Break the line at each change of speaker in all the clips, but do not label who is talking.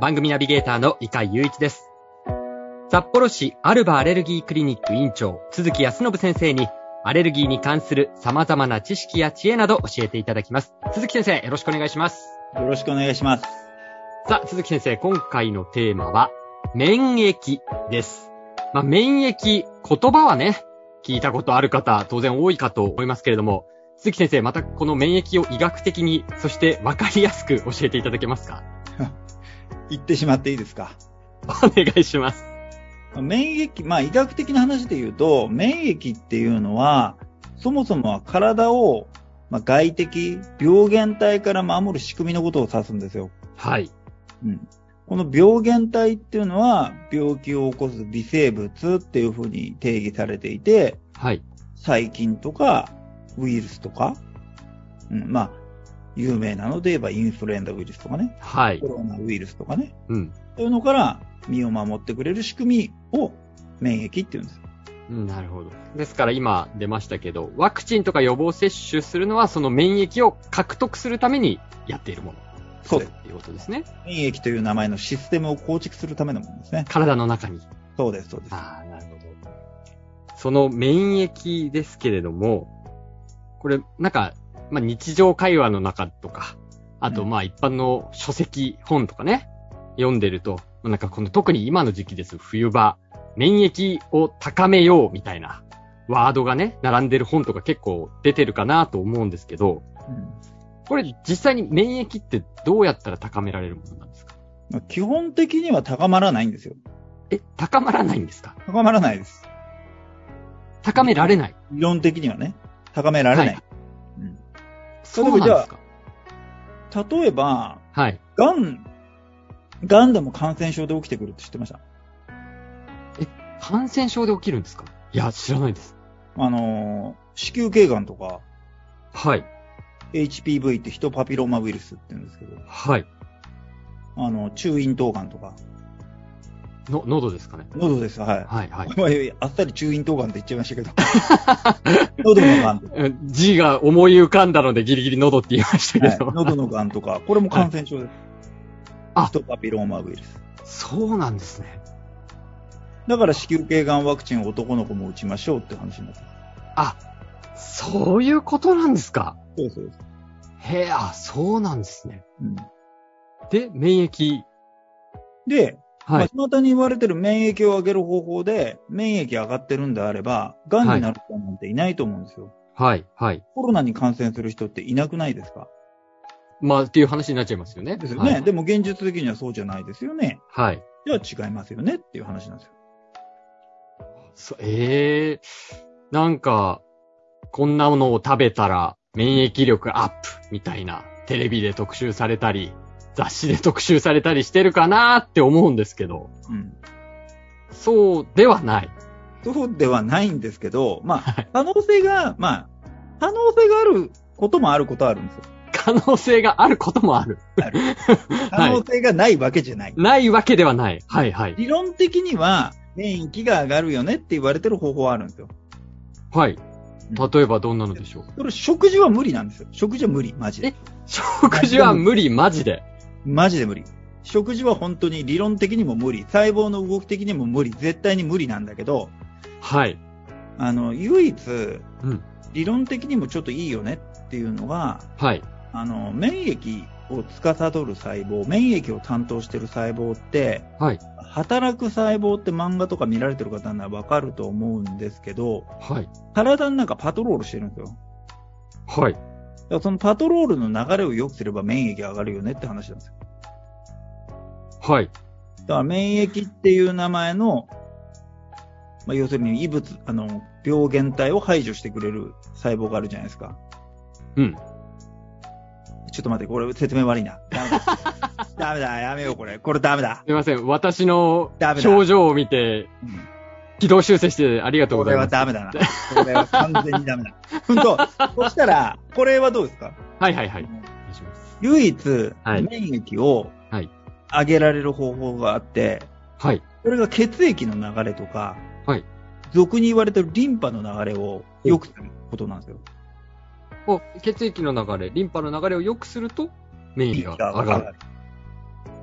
番組ナビゲーターの伊海雄一です。札幌市アルバアレルギークリニック院長、鈴木康信先生に、アレルギーに関する様々な知識や知恵など教えていただきます。鈴木先生、よろしくお願いします。
よろしくお願いします。
さあ、鈴木先生、今回のテーマは、免疫です。まあ、免疫、言葉はね、聞いたことある方、当然多いかと思いますけれども、鈴木先生、またこの免疫を医学的に、そしてわかりやすく教えていただけますか
言ってしまっていいですか
お願いします。
免疫、まあ医学的な話で言うと、免疫っていうのは、そもそもは体を、まあ、外的、病原体から守る仕組みのことを指すんですよ。
はい。
うん。この病原体っていうのは、病気を起こす微生物っていうふうに定義されていて、
はい。
細菌とか、ウイルスとか、うん、まあ、有名なので言えばインフルエンザウイルスとかね、
はい、
コロナウイルスとかね、
うん、
そういうのから身を守ってくれる仕組みを免疫って言うんです。
うん、なるほど。ですから今出ましたけど、ワクチンとか予防接種するのはその免疫を獲得するためにやっているもの。
そうです。
ということですね。
免疫という名前のシステムを構築するためのものですね。
体の中に。
そうです、そうです。
ああ、なるほど。その免疫ですけれども、これ、なんか、まあ、日常会話の中とか、あとまあ一般の書籍、本とかね、読んでると、なんかこの特に今の時期です、冬場、免疫を高めようみたいなワードがね、並んでる本とか結構出てるかなと思うんですけど、うん、これ実際に免疫ってどうやったら高められるものなんですか
基本的には高まらないんですよ。
え、高まらないんですか
高まらないです。
高められない
理論的にはね、高められない。はい
そうなんですか
例えば、
はい。
がん、がんでも感染症で起きてくるって知ってました
え、感染症で起きるんですかいや、知らないです。
あの子宮頸がんとか、
はい。
HPV ってヒトパピローマウイルスって言うんですけど、
はい。
あの、中咽頭がんとか。
の、喉ですかね
喉です、はい。。
はい、はい
あっさり中咽頭がんって言っちゃいました けど。喉のがん。、
字が思い浮かんだのでギリギリ喉って言いましたけど。はい
喉のがんとか、これも感染症です。はい、ヒトパピローマウイルス。
そうなんですね。
だから子宮頸がんワクチンを男の子も打ちましょうって話になった。
あ、そういうことなんですか。
そうそうです。
へえ、あ、そうなんですね。
うん、
で、免疫。
で、はい。またに言われてる免疫を上げる方法で、免疫上がってるんであれば、癌になる人なんていないと思うんですよ。
はい、はい。
コロナに感染する人っていなくないですか
まあ、っていう話になっちゃいますよね。
ですよね。はい、でも現実的にはそうじゃないですよね。
はい。
じゃあ違いますよねっていう話なんですよ。
そええー、なんか、こんなものを食べたら免疫力アップみたいなテレビで特集されたり、雑誌で特集されたりしてるかなって思うんですけど、
うん、
そうではない。
そうではないんですけど、まあ、はい、可能性が、まあ、可能性があることもあることあるんですよ。
可能性があることもある。
ある可能性がないわけじゃない。
はい、ないわけではない。はいはい。
理論的には、免疫が上がるよねって言われてる方法はあるんですよ。
はい。例えばどんなのでしょう、うん、
それ食事は無理なんですよ。食事は無理、マジで。え
食事は無理、マジで。
マジで無理。食事は本当に理論的にも無理、細胞の動き的にも無理、絶対に無理なんだけど、
はい。
あの、唯一、
うん、
理論的にもちょっといいよねっていうのが、
はい。
あの、免疫を司る細胞、免疫を担当してる細胞って、
はい。
働く細胞って漫画とか見られてる方ならわかると思うんですけど、
はい。
体の中パトロールしてるんですよ。
はい。
だからそのパトロールの流れを良くすれば免疫上がるよねって話なんですよ。
はい。
だから免疫っていう名前の、まあ、要するに異物、あの、病原体を排除してくれる細胞があるじゃないですか。
うん。
ちょっと待って、これ説明悪いな。ダメだ、やめよう、これ。これダメだ。
すいません。私の
ダメだ
表情を見て
うん、
軌道修正してありがとう
こ
ござい
れは
ます。
ダメだな。これは完全にダメだ。ほんと、そしたら、これはどうですか
はいはいはい。お願いします
唯一、
はい
免疫を
はい
上げられる方法があって、
はい。
それが血液の流れとか、
はい
俗に言われてるリンパの流れを良くすることなんですよ。
お血液の流れ、リンパの流れを良くすると、免疫が上がる。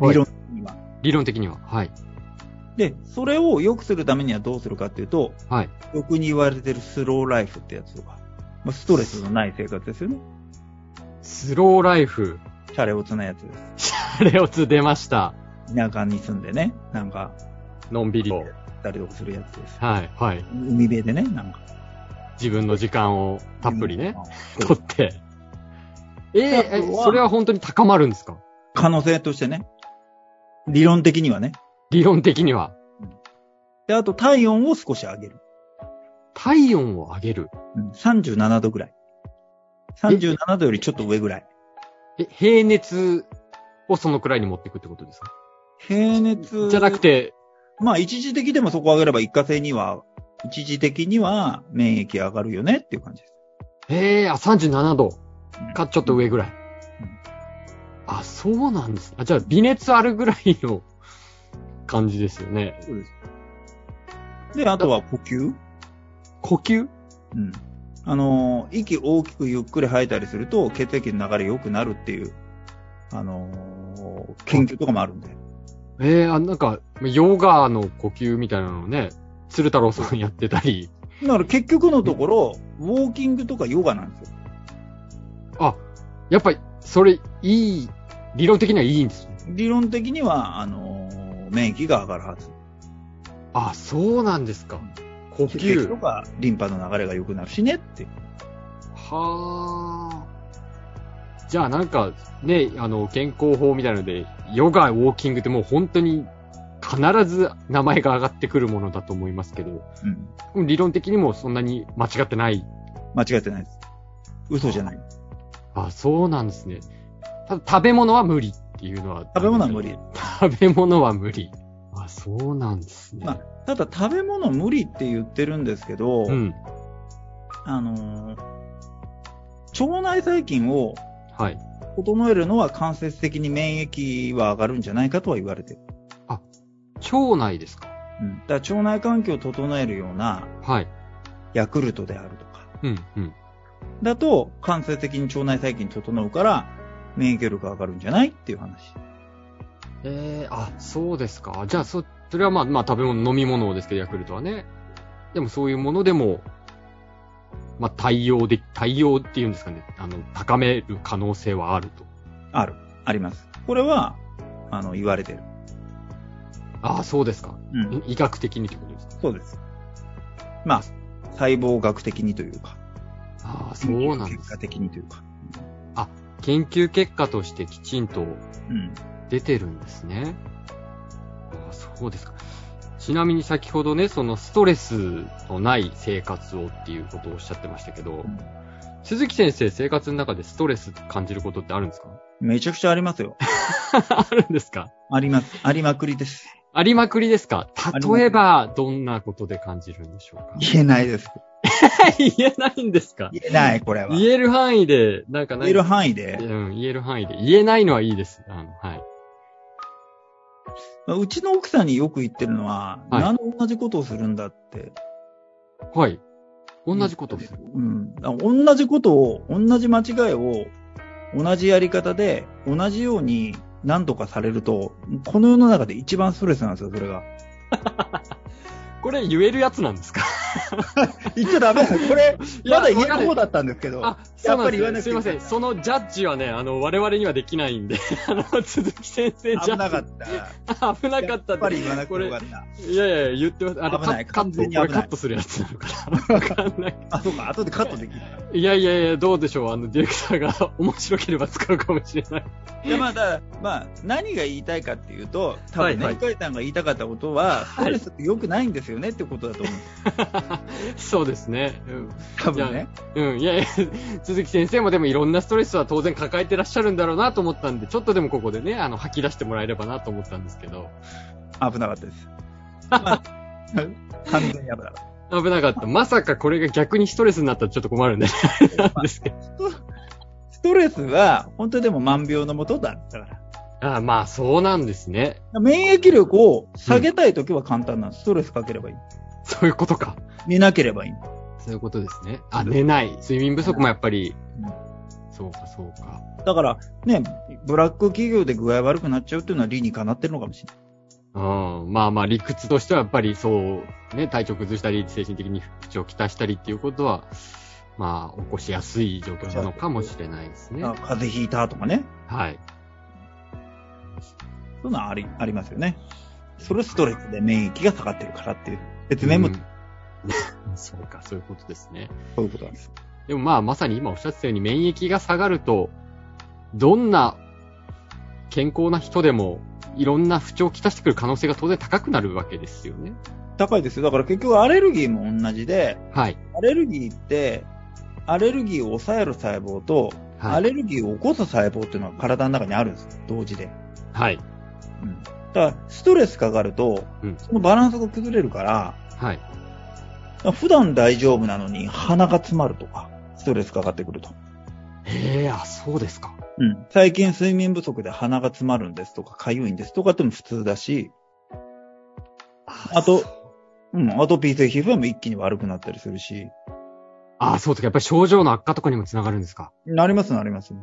理論的には。
理論的には。はい。
で、それを良くするためにはどうするかっていうと、
はい。
俗に言われてるスローライフってやつとか、まあ、ストレスのない生活ですよね。
スローライフ。
シャレオツなやつです。
あれをつ出ました。
田舎に住んでね、なんか、
のんびりと。
誰とかするやつです。
はい。はい。
海辺でね、なんか。
自分の時間をたっぷりね、
うん。
取って。えーえ、それは本当に高まるんですか
可能性としてね。理論的にはね。
理論的には。
で、あと体温を少し上げる。
体温を上げる。
うん、37度ぐらい。37度よりちょっと上ぐらい。
え、平熱をそのくらいに持っていくってことですか
平熱。
じゃなく。て、
まあ、一時的でもそこ上げれば一過性には、一時的には免疫上がるよねっていう感じです。
ええあ、37度
うん
かちょっと上ぐらい
うん。
あ、そうなんです。あ、じゃあ微熱あるぐらいの感じですよね。
そうです。で、あとは呼吸。
呼吸
うん。あのー、息大きくゆっくり吐いたりすると、血液の流れ良くなるっていう、あのー研究とかもあるんで。
ええあ、なんか、ヨガの呼吸みたいなのをね、鶴太郎さんやってたり、
だから結局のところ、ウォーキングとかヨガなんですよ。
やっぱり、それ、いい、理論的にはいいんですね。
理論的には、あのー免疫が上がるはず。
あ、そうなんですか。呼
血液
吸
と。かリンパの流れが良くなるしねって。
はあ。じゃあなんか、ね、あの、健康法みたいなので、ヨガ、ウォーキングってもう本当に必ず名前が上がってくるものだと思いますけど、
うん。
理論的にもそんなに間違ってない。
間違ってないです。嘘じゃない。
あ、そうなんですね。ただ食べ物は無理っていうのは。
食べ物は無理。。
食べ物は無理。あ、そうなんですね。
まあただ食べ物無理って言ってるんですけど、
うん。
あのー腸内細菌を
はい。
整えるのは間接的に免疫は上がるんじゃないかとは言われてる。
腸内ですか
うん。だから腸内環境を整えるような
はい。
ヤクルトであるとか。
うん、うん。
だと、間接的に腸内細菌整うから、免疫力が上がるんじゃないっていう話。
ええあ、そうですか。じゃあ、そ、それはまあ、まあ、食べ物、飲み物ですけど、ヤクルトはね。でも、そういうものでも、まあ、対応で、対応っていうんですかね。あの、高める可能性はあると。
ある。あります。これは、あの、言われてる。
ああ、そうですか。
うん
医学的にってことですか。
そうです。まあ、細胞学的にというか、
ああ、そうなんで
結
す
果。的にというか。
研究結果としてきちんと
うん。
出てるんですね。ああ、そうですか。ちなみに先ほどね、そのストレスのない生活をっていうことをおっしゃってましたけど、
ん
鈴木先生、生活の中でストレス感じることってあるんですか
めちゃくちゃありますよ。
あるんですか
あります。ありまく りです。
ありまくりですか
りまくり
例えば、どんなことで感じるんでしょうか
言えないです。
言えないんですか
言えない、これは。
言
言
える範囲で、なんかない
える範囲で。
うん、言える範囲で。言えないのはいいです。あの、はい。
うちの奥さんによく言ってるのは、
はい
なんで同じことをするんだって。
はい。同じことをする。
うん。だから同じことを、同じ間違いを、同じやり方で、同じように何とかされると、この世の中で一番ストレスなんですよ、そ れが。
これ言えるやつなんですか
言っちゃダメだ。これ、
いや
まだ言え
わか
る
る
方だったんですけど。
あ、そ
や
う
っ
なん
ぱ
です
り言わ
よ
なく
す
て
い
いい
ません。そのジャッジはね、あの、我々にはできないんで、 あの、鈴木先生ジ
危
ャ
なか
ッ
った。
ジ、 危なかった
やっぱり言わなく
こ
てよ
れ
か、った。
いやいや、言ってます。あれ、
危ない
カッ
完
ト、こ
全に
れ
危
カ
ない
ットするやつなのかな わかんない。
あ、そうか。後でカットできる。
いやいやいや、どうでしょう。あの、ディレクターが 面白ければ使うかもしれない。
いや、まあだから、まあ、何が言いたいかっていうと、多分ね、
は
はいい
は
さんが言いたかったことは、ス
はい
トレスって良くないんですよねってことだと思うんです。
そうですね。うん。
多分ね。
うん。いやいや、鈴木先生もでもいろんなストレスは当然抱えてらっしゃるんだろうなと思ったんで、ちょっとでもここでね、あの、吐き出してもらえればなと思ったんですけど、
危なかったです。まあ完全に危なかっ
危なかった。まさかこれが逆にストレスになったらちょっと困るんで、 あれなんですけど。
た。ストレスは、本当でも万病のもとだったから。
ああまあ、そうなんですね。
免疫力を下げたいときは簡単なの。ストレスかければいい。
そういうことか。
寝なければいい。
そういうことですね。あ、寝ない。睡眠不足もやっぱり
う。
そうか、そうか。
だから、ね、ブラック企業で具合悪くなっちゃうっていうのは理にかなってるのかもしれない。
うん。まあまあ、理屈としてはやっぱりそう、ね、体調崩したり、精神的に不調をきたしたりっていうことは、まあ、起こしやすい状況なのかもしれないですね。
あ
は
風邪ひいたとかね。
い。
そういうのはあり、ありますよね。それストレスで免疫が下がってるからっていう。別名も、
うん そうか、そういうことですね。
そういうことなんです。
でもまあ、まさに今おっしゃってたように、免疫が下がると、どんな健康な人でも、いろんな不調をきたしてくる可能性が当然高くなるわけですよね。
高いですよ。だから結局アレルギーも同じで、
はい。
アレルギーって、アレルギーを抑える細胞と、
はい、
アレルギーを起こす細胞っていうのは体の中にあるんですよ。同時で。
はい。
うん。だから、ストレスかかると
うん、
そのバランスが崩れるから、
はい。
普段大丈夫なのに鼻が詰まるとか、ストレスかかってくると。
へえ、あ、そうですか。
うん。最近睡眠不足で鼻が詰まるんですとか、痒いんですとかっても普通だし、あと、うん、アトピー性皮膚炎も一気に悪くなったりするし、
あ、そうですか。やっぱり症状の悪化とかにもつながるんですか。
なりますなります。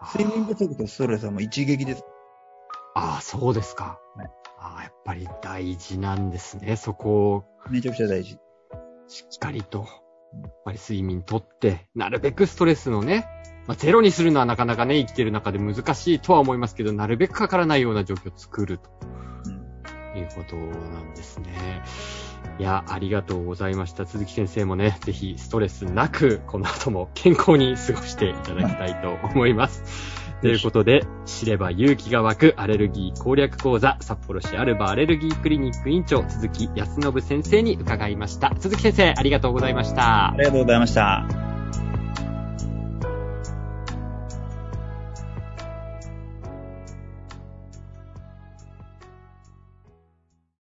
あ
睡眠不足とストレスはもう一撃です。
あ、そうですか
はい。
あやっぱり大事なんですね。そこを
めちゃくちゃ大事。
しっかりと、やっぱり睡眠とって、なるべくストレスのね、まあ、ゼロにするのはなかなかね、生きてる中で難しいとは思いますけど、なるべくかからないような状況を作ると
うん。
いうことなんですね。いや、ありがとうございました。鈴木先生もね、ぜひストレスなく、この後も健康に過ごしていただきたいと思います。ということで、知れば勇気が湧くアレルギー攻略講座、札幌市アルバアレルギークリニック院長、鈴木康信先生に伺いました。鈴木先生、ありがとうございました
あ。りがとうございました。